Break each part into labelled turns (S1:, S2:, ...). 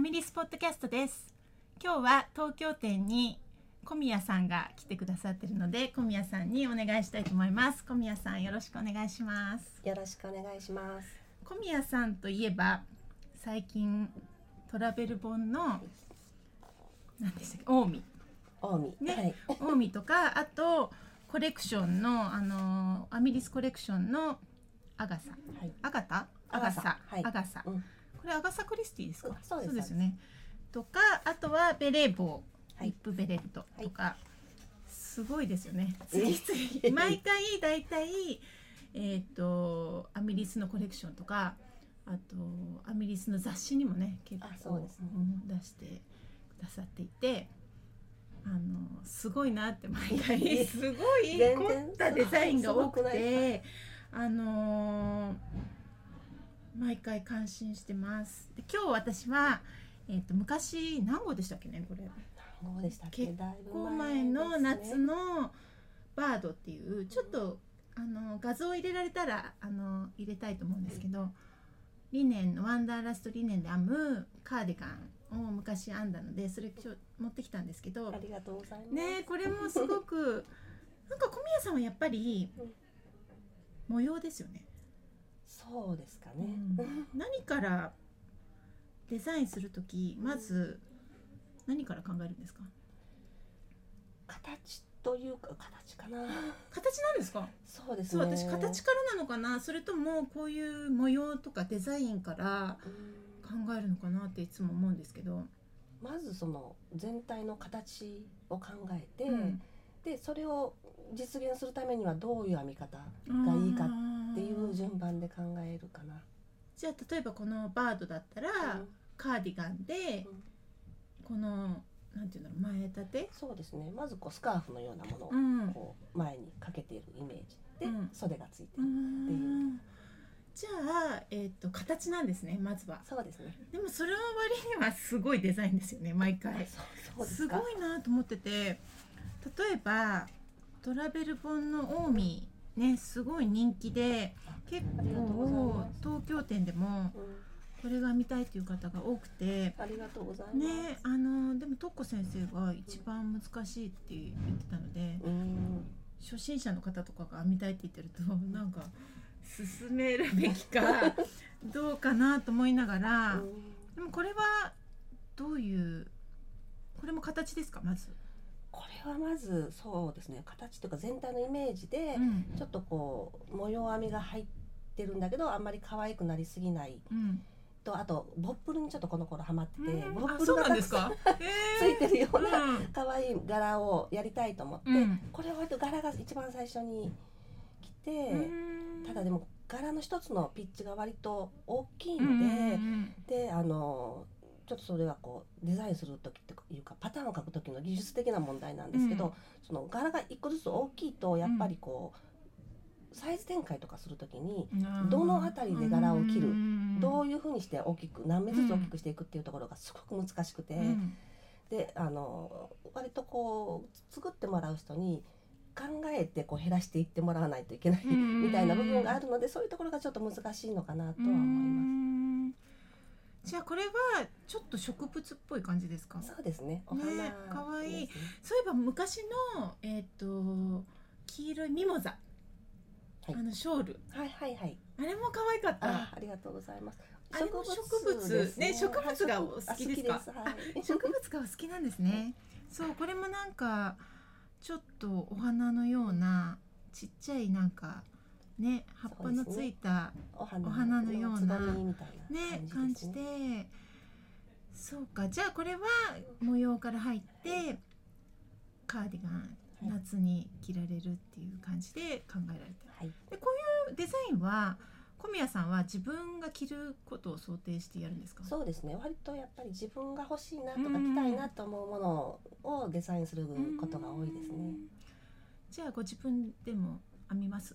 S1: ミリスポットキャストです今日は東京店に小宮さんが来てくださってるので小宮さんにお願いしたいと思います小宮さんよろしくお願いします
S2: よろしくお願いします。
S1: 小宮さんといえば最近トラベル本の何でしたっけ近江
S2: 大見、
S1: ね
S2: はい。
S1: 近江とかあとコレクションのあのアミリスコレクションのアガサ
S2: はい。
S1: アガタアガ
S2: アガサ
S1: サ
S2: はい
S1: アガサこ
S2: うん
S1: れアガサクリスティですか
S2: そうです
S1: よねとかあとはベレー帽
S2: は
S1: リッ
S2: い
S1: プベレットとかすごいですよね次
S2: え
S1: 々 毎回大体えっとアミリスのコレクションとかあとアミリスの雑誌にもね結
S2: あそう
S1: 構
S2: ですね
S1: うん出してくださっていて。あのすごいなって毎回すごい
S2: 全然
S1: 凝ったデザインが多く
S2: すごくない
S1: てあのー毎回感心してますで今日私は、えっと昔何号でしたっけねこれ
S2: どうでしたっけ？
S1: 結
S2: だい
S1: 結
S2: ぶ
S1: 構前の夏
S2: の
S1: のバードっていうちょっとあの画像を入れられたらあの入れたいと思うんですけどリネンのワンダーラストリネンで編むカーディガンを昔編んだのでそれちょ持ってきたんですけど
S2: ありがとうございます。
S1: ねえこれもすごくなんか小宮さんはやっぱり模様ですよね
S2: そうですか
S1: う
S2: ね。
S1: ん何からデザインする時まず何から考えるんですか
S2: 形というか形 かな。
S1: 形なんですか
S2: そうです
S1: そう
S2: ね。
S1: 私形からなのかなそれともこういう模様とかデザインから
S2: うん
S1: 考えるのかなっていつも思うんですけど、
S2: まずその全体の形を考えて、
S1: うん
S2: でそれを実現するためにはどういう編み方がいいかっていう
S1: あー
S2: 順番で考えるかな。
S1: じゃあ例えばこのバードだったら
S2: うん
S1: カーディガンで
S2: うん
S1: このなんていうんだろう前立て、
S2: そうですね。まずこうスカーフのようなものを
S1: うん、
S2: こう前にかけているイメージで、
S1: うん
S2: 袖がついて
S1: う
S2: る。
S1: んじゃあ、えっと形なんですねまずは
S2: そうですね。
S1: でもそれの割にはすごいデザインですよね毎
S2: は
S1: 回
S2: そうそうです
S1: す
S2: か。
S1: ごいなと思ってて例えばトラベル本の近江ねすごい人気で結
S2: ありがとうござい
S1: 構
S2: ます
S1: 東京店でも
S2: うん
S1: これが見たいという方が多くて
S2: ありがとうございます。
S1: ねあのでもとっこ先生が一番難しいって言ってたので
S2: うん。
S1: 初心者の方とかが見たいって言ってると なんか進めるべきかどうかなと思いながら
S2: うん
S1: でもこれはどういうこれも形ですかまず、
S2: これはまずそうですね。形というか全体のイメージで、
S1: うん
S2: ちょっとこう模様編みが入ってるんだけど、あんまり可愛くなりすぎない
S1: うん、
S2: と、あとボップルにちょっとこの頃ハマってて、
S1: うん
S2: ボッ
S1: あ
S2: プ
S1: そ
S2: ル
S1: うなん
S2: がた
S1: で
S2: く
S1: す
S2: さん
S1: か。
S2: ついてるよう
S1: うん
S2: な可愛い柄をやりたいと思って、
S1: うん
S2: これは割と柄が一番最初に来て。
S1: うん
S2: ただでも柄の一つのピッチが割と大きい
S1: うん
S2: ので、
S1: うん
S2: であのちょっとそれはこうデザインする時というかパターンを描く時の技術的な問題なんですけど、
S1: うん
S2: その柄が一個ずつ大きいとやっぱりこう、サイズ展開とかする時に
S1: うん
S2: どの辺りで柄を切る
S1: うん
S2: どういうふうにして大きく何目ずつ大きくしていくっていうところがすごく難しくて、
S1: うん
S2: であの割とこう作ってもらう人に考えてこう減らしていってもらわないといけない
S1: うん
S2: みたいな部分があるのでそういうところがちょっと難しいのかなとは思い
S1: うんじゃあこれはちょっと植物っぽい感じですか
S2: ます。そうですね。お
S1: ね
S2: 花
S1: 可愛い
S2: ですね
S1: そういえば昔のえっ、と黄色いミモザ、
S2: はい
S1: あのショール
S2: はいはいはい。
S1: あれも可愛かった
S2: あ、ありがとうございます。
S1: あれも植物
S2: です
S1: ね植物がお好きですか
S2: あ好きです
S1: 植
S2: はい。
S1: 物がお好きなんですね。そうこれもなんかちょっとお花のようなちっちゃいなんかね葉っぱのついた
S2: お花
S1: お花のような
S2: つぼみみたいな
S1: ね感じ
S2: です
S1: で
S2: ね。
S1: そうかじゃあこれは模様から入ってカーディガン
S2: はい
S1: 夏に着られるっていう感じで考えられて
S2: はい。
S1: るでこういうデザインは小宮さんは自分が着ることを想定してやるんですか
S2: そうですね。割とやっぱり自分が欲しいなとか着たいなと思うものをデザインすることが多いですね。
S1: じゃあご自分でも編みます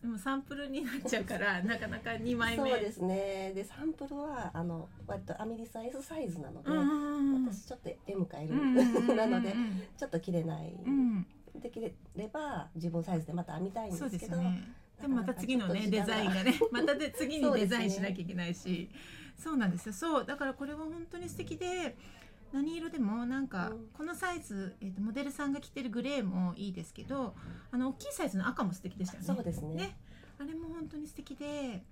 S1: でもサンプルになっちゃうからなかなか2枚目
S2: そうですね。でサンプルはあの割とアミリサ S サイズなので、
S1: うんうんうん
S2: 私ちょっと M か
S1: うん
S2: L なので
S1: うんうん
S2: ちょっと着れない。
S1: うん
S2: できれば自分サイズでまた編みたいん
S1: そう
S2: で
S1: ですす
S2: け
S1: よ
S2: ど、
S1: ねでもまた次のね
S2: な
S1: デ
S2: かな
S1: ザ
S2: か
S1: イン
S2: ちょっと時間
S1: がねまたで次に
S2: そう
S1: デ
S2: ですね
S1: ザインしなきゃいけないしそうなんですよそうだからこれは本当に素敵で何色でもなんか
S2: うん
S1: このサイズ、えー、とモデルさんが着てるグレーもいいですけどあの大きいサイズの赤も素敵でしたよね。
S2: そうですね
S1: ねあれも本当に素敵で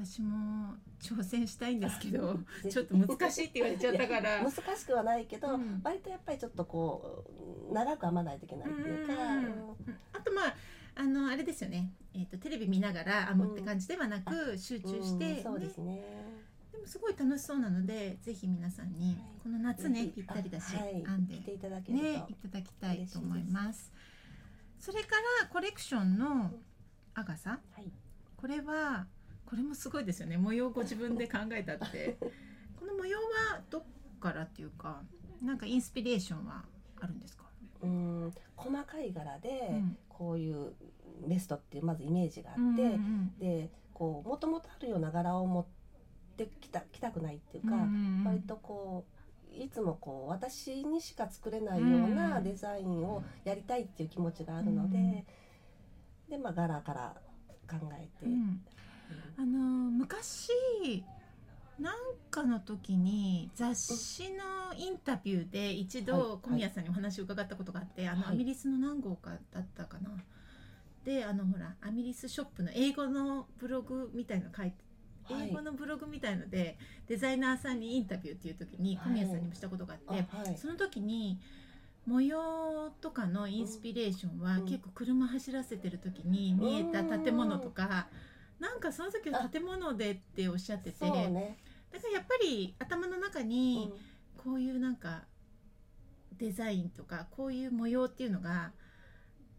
S1: 私も挑戦したいんですけ ど
S2: ぜひ
S1: ちょっと難しいって言われちゃったから
S2: 難しくはないけど、
S1: うん
S2: 割とやっぱりちょっとこう長く編まないといけないっていうか、
S1: うんあとまああのあれですよね、えー、とテレビ見ながら編むって感じではなく、集中して、
S2: うんそうです
S1: ね
S2: ね
S1: でもすごい楽しそうなのでぜひ皆さんに、
S2: はい
S1: この夏
S2: ぜ
S1: ね
S2: ひ
S1: ぴったりだし、
S2: あはい
S1: 編んで
S2: 来ていただけると、
S1: ねいただきたいと思います。それからコレクションのアガサ
S2: はい、
S1: これはこれもすごいですよね模様をご自分で考えたって この模様はどっからっていうかなんかインスピレーションはあるんですか、
S2: うん細かい柄で、
S1: うん
S2: こういうベストっていうまずイメージがあって、
S1: うんうんうん
S2: でこうもともとあるような柄を持ってきたきたくないっていうか、
S1: うんうんうん
S2: 割とこういつもこう私にしか作れないよう
S1: う
S2: なんデザインをやりたいっていう気持ちがあるので、
S1: うん
S2: でまあ柄から考えて、
S1: うんあの昔なんかの時に雑誌のインタビューで一
S2: はいは
S1: 度
S2: い
S1: 小宮さんにお話を伺ったことがあって、あの
S2: はい
S1: アミリスの何号かだったかな。であのほらアミリスショップの英語のブログみたいの書いて
S2: はい
S1: 英語のブログみたいので、デザイナーさんにインタビューっていう時に
S2: はい
S1: 小宮さんにもしたことがあって、
S2: あはい
S1: その時に模様とかのインスピレーションは
S2: うん
S1: 結構車走らせてる時に見えた建物とか、なんかその時は建物でっておっしゃってて、
S2: そうね、
S1: だからやっぱり頭の中
S2: う
S1: に
S2: ん
S1: こういうなんかデザインとかこういう模様っていうのが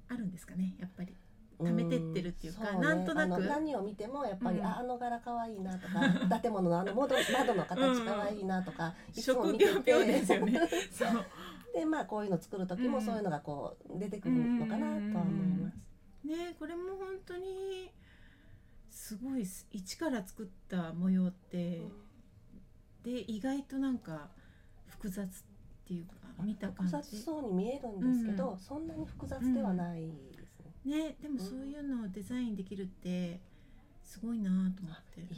S1: あるんですかねやっ ぱり。溜めてってるっていうか
S2: そね
S1: なんとなく
S2: あの何を見てもやっぱり、
S1: うん
S2: ああの柄可愛いなとか建物のあ の窓窓の形可愛いなとか、いつも
S1: 職
S2: 見て
S1: 業
S2: て。
S1: 病ですよねそう
S2: でまあこういうの作る時
S1: う
S2: も
S1: ん
S2: そういうのがこう出てくるのかなとは思います。
S1: ねこれも本当にすごいす一から作った模様って、で意外となんか複雑っていうか見た感
S2: 複雑
S1: じ
S2: そうに見えるんですけど、
S1: う
S2: そんなに複雑ではないですね。
S1: ねでもそういうのをデザインできるってすごいなと思って
S2: いえい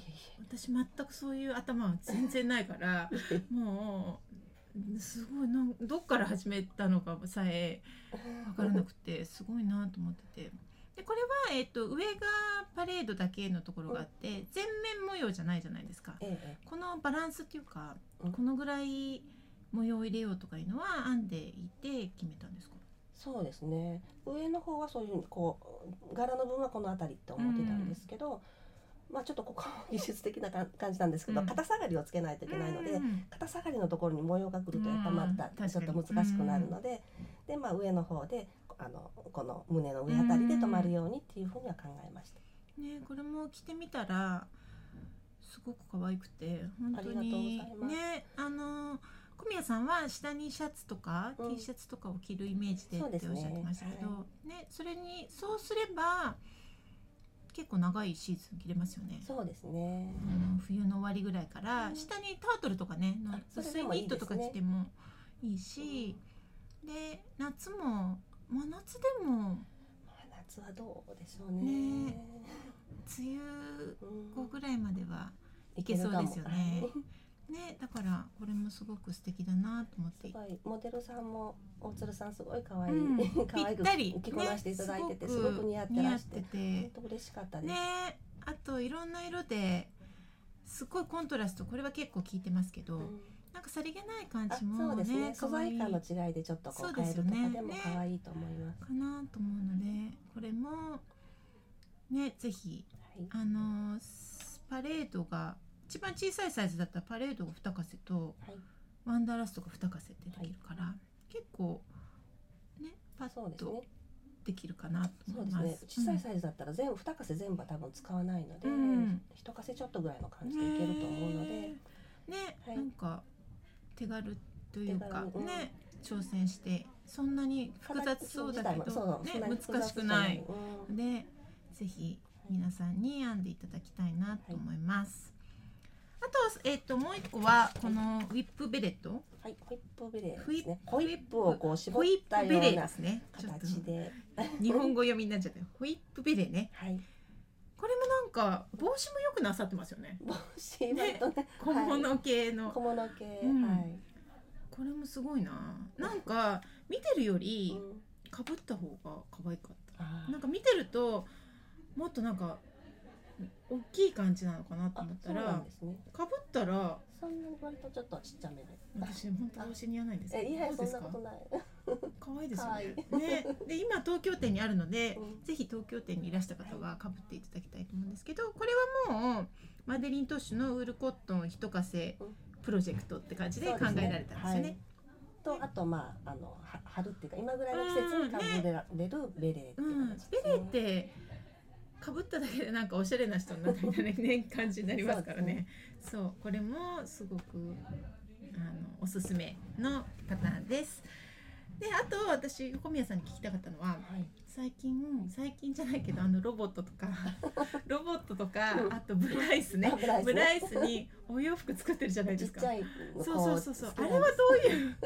S1: 私全くそういう頭は全然ないから もうすごいなんどっから始めたのかさえ
S2: え
S1: 分からなくてすごいなと思っててでこれは、えっと上がパレードだけのところがあって全面模様じゃないじゃないですか
S2: ええ
S1: このバランスっていうか
S2: うん
S1: このぐらい模様を入れようとかいうのは編んでいて決めたんですか
S2: そうですね上の方はそういうふうにこう柄の分はこの辺りって思ってたんですけど、まあちょっとここ技術的なか感じなんですけど、
S1: うん
S2: 肩下がりをつけないといけないので、
S1: うん
S2: 肩下がりのところに模様が来るとやっぱま
S1: うん確
S2: た
S1: かに
S2: ちょっと難しくなるので、でまあ上の方であのこの胸の上あたりで止まるようにっていうふうには考えました。
S1: ねこれも着てみたらすごく可愛くて本当に
S2: ありがとうござい
S1: ねあの小宮さんは下にシャツとか、
S2: うん
S1: T シャツとかを着るイメージで
S2: そう
S1: っ
S2: で
S1: てお
S2: す
S1: っ
S2: ね
S1: しゃってましたけど、
S2: は
S1: ねそれにそうすれば結構長いシーズン着れますよね。
S2: そうですね。
S1: あの冬の終わりぐらいから、
S2: うん
S1: 下にタートルとかねの
S2: あそれ
S1: 薄い
S2: でもい
S1: ニ
S2: い
S1: ットとか
S2: です
S1: 着
S2: ね
S1: てもいいし、で夏も真夏でも
S2: まあ夏はどうでしょうね。
S1: ね梅雨
S2: うん
S1: 後ぐらいまでは
S2: かも
S1: いけそうですよねねだからこれもすごく素敵だなと思って
S2: す
S1: いて
S2: ごいモデルさんも大鶴さんすごい可愛い、
S1: うん
S2: 可愛
S1: ぴっ
S2: く
S1: たり
S2: 着こなしていただいてて、
S1: ね
S2: すごく似合って
S1: 似合
S2: ら
S1: っ
S2: して
S1: て
S2: 本
S1: て
S2: 当嬉しかったです。
S1: ねあといろんな色ですごいコントラストこれは結構効いてますけど、
S2: うん
S1: なんかさりげない感
S2: あ
S1: じ
S2: そ
S1: も
S2: うですね
S1: ね
S2: 素
S1: 可愛
S2: 材
S1: い
S2: 感の違いでちょっと
S1: そ
S2: こ
S1: う
S2: う
S1: で
S2: 変え
S1: す
S2: る
S1: よ
S2: と
S1: ね
S2: かでも可愛いと思います。
S1: かなと思うのでこれもねぜひ
S2: はい
S1: あのーパレードが一番小さいサイズだったらパレードが2カセと
S2: はい
S1: ワンダーラストが2カセってできるから、結構ねパ
S2: そう
S1: ッ
S2: です
S1: と
S2: ね。
S1: できるかなと
S2: そ
S1: 思
S2: う
S1: い
S2: です
S1: ます。
S2: ね。小さい
S1: ズ、
S2: サイズだったら全部二カセ全部は多分使わないので、
S1: うん
S2: 一カセちょっとぐらいの感じでいけると思うので
S1: ね、ね、
S2: はい
S1: なんか手軽というか、
S2: 手軽うん
S1: ね挑戦してそんなに複雑そうだけ
S2: 形自体も
S1: ど、
S2: そう
S1: ね
S2: そん、に複
S1: 難し
S2: 雑じ
S1: く
S2: ゃ
S1: ない。
S2: うん
S1: でぜひ皆さんに編んでいただきたいなと思います、あとえっともう一個はこのウィップベレット
S2: はい、ホイップベレー
S1: ホ
S2: で
S1: イ
S2: すね。
S1: ッ
S2: ホイップをこう絞
S1: ホ
S2: っ
S1: イッ
S2: た
S1: プベレ
S2: よう
S1: ーで
S2: な
S1: すねちょっと
S2: 形で、
S1: 日本語読みになっちゃったよホイップベレーね
S2: はい、
S1: これもなんか帽子もよくなさってますよね
S2: 帽子とね、
S1: 小物系の、
S2: 小物系、
S1: うん
S2: はい。
S1: これもすごいななんか見てるより
S2: うん
S1: かぶった方が可愛かった
S2: あー
S1: なんか見てるともっとなんか大きい感じなのかなと
S2: あ
S1: 思っ、た
S2: そうな
S1: ら
S2: んですね。
S1: かぶったら
S2: そんなに割とちょっとちっちゃめで。
S1: 私本当帽子似合わないんです
S2: え、いやいや
S1: どう
S2: そ
S1: んです
S2: な
S1: か
S2: ことない。
S1: 可愛いですよ
S2: 可愛
S1: ねねで今東京店にあるので
S2: うん
S1: ぜひ東京店にいらした方はかぶっていただきたいと思うんですけどこれはもうマデリン・トッシュのウールコットン一かせプロジェクトって感じで考えられたんですよね。
S2: とあとまああのは春っていうか今ぐらいの季節にかぶれられるベレーって
S1: う、
S2: いうん形です、ね
S1: ベレーってかぶっただけでなんかおしゃれな人になったみたいな、ね、感じになりますからねそうこれもすごくあのおすすめのパターンですであと私小宮さんに聞きたかったのは
S2: はい。
S1: 最近最近じゃないけどあのロボットと かロボットとかあとブライスね
S2: あブライスね
S1: ブライスにお洋服作ってるじゃない
S2: ち
S1: で
S2: っ
S1: すか
S2: ちゃいの
S1: そうそうそうそう
S2: こ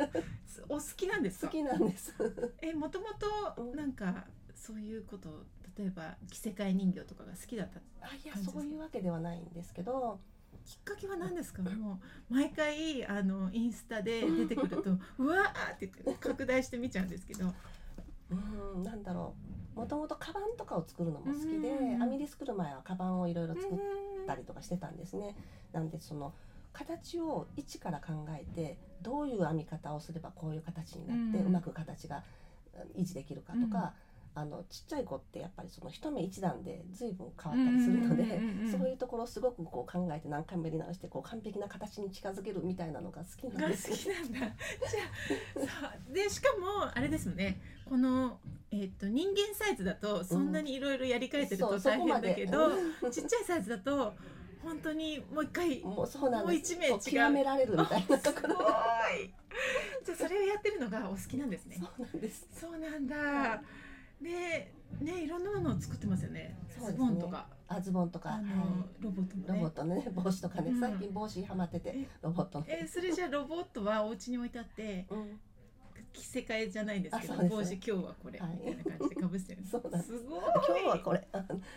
S1: あ
S2: 好き
S1: れ
S2: な
S1: は
S2: んです
S1: どういうお好きなんです
S2: 好
S1: か
S2: きなんです。
S1: えもとも
S2: う
S1: と
S2: ん
S1: なんかそういうこと例えば着せ替え人形とかが好きだった
S2: あいや
S1: 感じです
S2: そういうわけではないんですけど、
S1: きっかけは何ですかもう毎回あのインスタで出てくるとうわーって言って拡大して見ちゃうんですけど
S2: うんなんだろう。もともとカバンとかを作るのも好きで、
S1: うん
S2: アミリ作る前はカバンをいろいろ作っ
S1: うん
S2: たりとかしてたんですね。なんでその形を一から考えてどういう編み方をすればこういう形になって、
S1: う
S2: うんまく形がうん維持できるかとか、あのちっちゃい子ってやっぱりその一目一段で随分変わったりするので、
S1: うんうんうんうん
S2: そういうところをすごくこう考えて何回もやり直してこう完璧な形に近づけるみたいなのが好き
S1: が
S2: なん
S1: 好
S2: です。
S1: きなんだじゃあそうでしかもあれですもんねこの、えっと人間サイズだとそんなにいろいろやり替えてる
S2: そ
S1: と
S2: うそ
S1: 大
S2: こま
S1: 変だ
S2: で
S1: けど、ちっちゃいサイズだと本当にもう一回
S2: もうそうなんです。
S1: もう一名
S2: こう極められるみたいなと こ
S1: すご
S2: ろ。
S1: いじゃあそれをやってるのがお好きなんですね
S2: そうなんです。
S1: そうなん
S2: は
S1: だでねいろんなものを作ってますよね
S2: そうですね
S1: ズボンとか
S2: あズボンとか、
S1: あの、
S2: はい
S1: ロボットも
S2: ロボッ
S1: ね
S2: トのね帽子とかね、
S1: うん
S2: 最近帽子ハマってて
S1: え
S2: ロボットの。
S1: えそれじゃあロボットはお家に置いてあって
S2: うん
S1: 着せ替えじゃないんですけど
S2: あそうです
S1: 帽子今日はこれ、
S2: はい
S1: みたいな感じでかぶせてる
S2: そうなんです
S1: すごい
S2: 今日はこれ。あの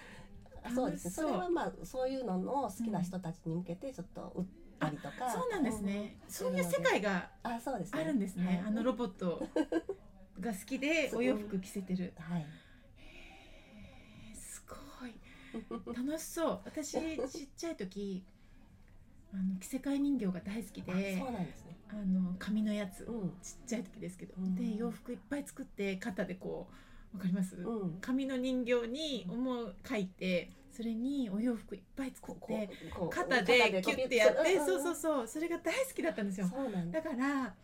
S2: あそうですね。
S1: 楽
S2: そ
S1: しそう
S2: れはまあそういうのの好きな人たちに向けてちょっと売ったりとか。
S1: そうなんですね、そういう世界が
S2: うん。あそうです
S1: あ
S2: ね。
S1: るんですね、
S2: はい
S1: あのロボットが好きで
S2: す
S1: お
S2: ごい
S1: 洋服着せてる
S2: はい。
S1: えーすごい楽しそう 私ちっちゃい時あの着せ替え人形が大好き
S2: あ
S1: で
S2: そうなんですね。
S1: あの紙のやつ
S2: う
S1: ちっ
S2: ん
S1: ちゃい時ですけど、
S2: うん
S1: で洋服いっぱい作って肩でこうわかります、
S2: うん。
S1: 紙の人形に思う書いてそれにお洋服いっぱい作って
S2: うこう
S1: 肩でキュッてやってそうそう
S2: そ
S1: そうそれが大好きだったんですよ
S2: そうなんだ。
S1: だから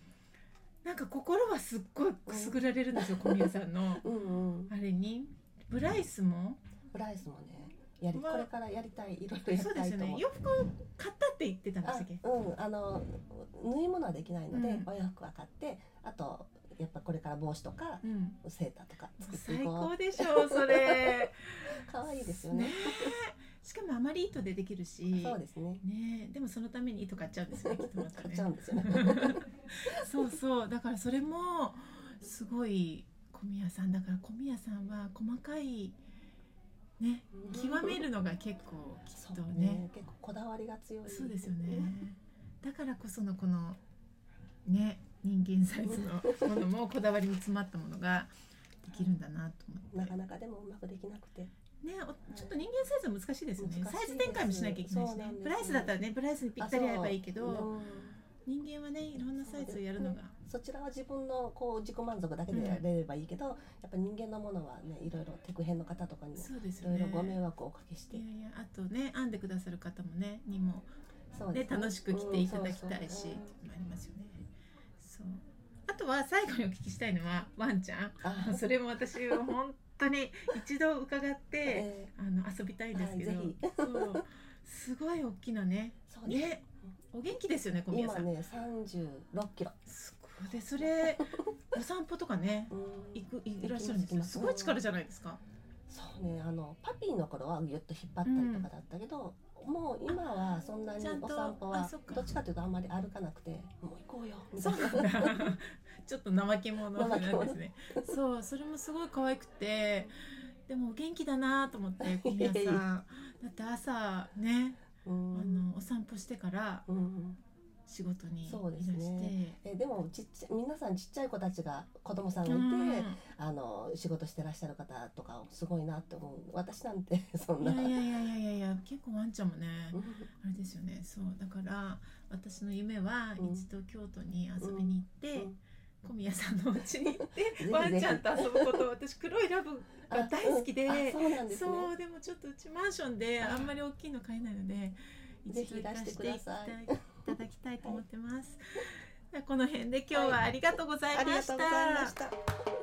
S1: なんか心はすっごいくすぐられるん ですよ小宮さんの
S2: うんうん。
S1: あれにブライスも
S2: プライスもね。やり、
S1: まあ
S2: これからやりたいいろいろやり
S1: そうで
S2: た
S1: す
S2: い
S1: よ
S2: と思
S1: ね
S2: って
S1: 洋服を買ったって言ってたんでしたっけ
S2: あうん、あの縫い物はできないので、
S1: うん
S2: お洋服は買ってあとやっぱこれから帽子とか
S1: うん
S2: セーターとか作ってい
S1: 最
S2: こ
S1: 高でしょうそれ
S2: う可 愛いですよね
S1: えしかもあまり糸でできるし
S2: そうですね
S1: ねえでもそのために糸買っちゃうんですよねきっとまた
S2: 買っ
S1: ね
S2: ちゃうんですよね
S1: そうそうだからそれもすごい小宮さんだから小宮さんは細かいね極めるのが結構き
S2: そ
S1: っと
S2: う
S1: ね
S2: ね結構こだわりが強い
S1: そうですよねだからこそのこのね人間サイズのものもこだわりに詰まったものができるんだなと思
S2: な
S1: って
S2: かなかでもうまくできなくて
S1: ね、おちょっと人間サイズは難しいですよね。
S2: 難しい
S1: サ
S2: です
S1: イズ展開もしなきゃいけないし
S2: そうな
S1: ね
S2: んで。す
S1: プライスだったらね、プライスにぴったり合えばいいけ
S2: あ
S1: ど、
S2: そううん
S1: 人間はね、いろんなサイズをやるのが。
S2: そちらは自分のこう自己満足だけでやれればいいけど、やっぱ人間のものはねいろいろテク編の方とかにも
S1: そうです
S2: い
S1: よ
S2: ろい
S1: ね
S2: ろ。ご迷惑をおかけし
S1: い
S2: て、
S1: やいや、あとね、編んでくださる方もね、にも、
S2: そう
S1: ね、楽しく着ていただきた
S2: うん
S1: いし、
S2: そうそう
S1: ありますよね。そう。あとは最後にお聞きしたいのは、ワンちゃん。
S2: あ
S1: それも私は本当に一度伺って、
S2: え
S1: あの遊びたいんですけど
S2: はいぜ。
S1: そう。すごい大きなね。
S2: ーそうです
S1: ね。お元気ですよね、小宮
S2: 今
S1: さん。
S2: ね三十六キロ。
S1: すごいでそれお散歩とかね
S2: うん
S1: 行くいいらっしゃるんですよ
S2: 行きます
S1: すごい力じゃないですか
S2: そうねあのパピーの頃はぎゅっと引っ張ったりとかだったけど、もう今はそんなに
S1: ちゃんと
S2: お散歩
S1: あ
S2: は
S1: そっか
S2: どっちかというとあんまり歩かなくてもう行こうよみた
S1: そ
S2: いうな
S1: なんだ ちょっと怠け者なんですね
S2: け。
S1: そう、それもすごい可愛くて、でもお元気だなと思って、小宮さん。
S2: いやい
S1: だって朝ね、
S2: う
S1: あ
S2: ん
S1: のお散歩してから
S2: うん
S1: 仕事にいら
S2: そうです
S1: して
S2: ね。えでもちっちゃ皆さんちっちゃい子たちが子供さんがいて、
S1: う
S2: あの仕事してらっしゃる方とかすごいなって思う私なんてそん
S1: ん、い
S2: な
S1: やいやいやいやいやいや結構ワンちゃんもね
S2: う
S1: あれですよねそうだから私の夢は
S2: うん
S1: 一度京都に遊びに行って、
S2: うん
S1: 小宮さんのお家に行っ
S2: ひ
S1: て
S2: ぜひ
S1: ワンちゃんと遊ぶこと私黒いラブ
S2: あ
S1: が大好きで
S2: うんあそうなんですね
S1: そうでもちょっとうちマンションであんまり大きいの買えないので
S2: ぜ
S1: 一
S2: ひ
S1: 度行かせていただ
S2: いらして
S1: だ きたいと思ってます、この辺で今日はありがとうござい
S2: あり
S1: ま
S2: が
S1: した、
S2: とうございました。
S1: 「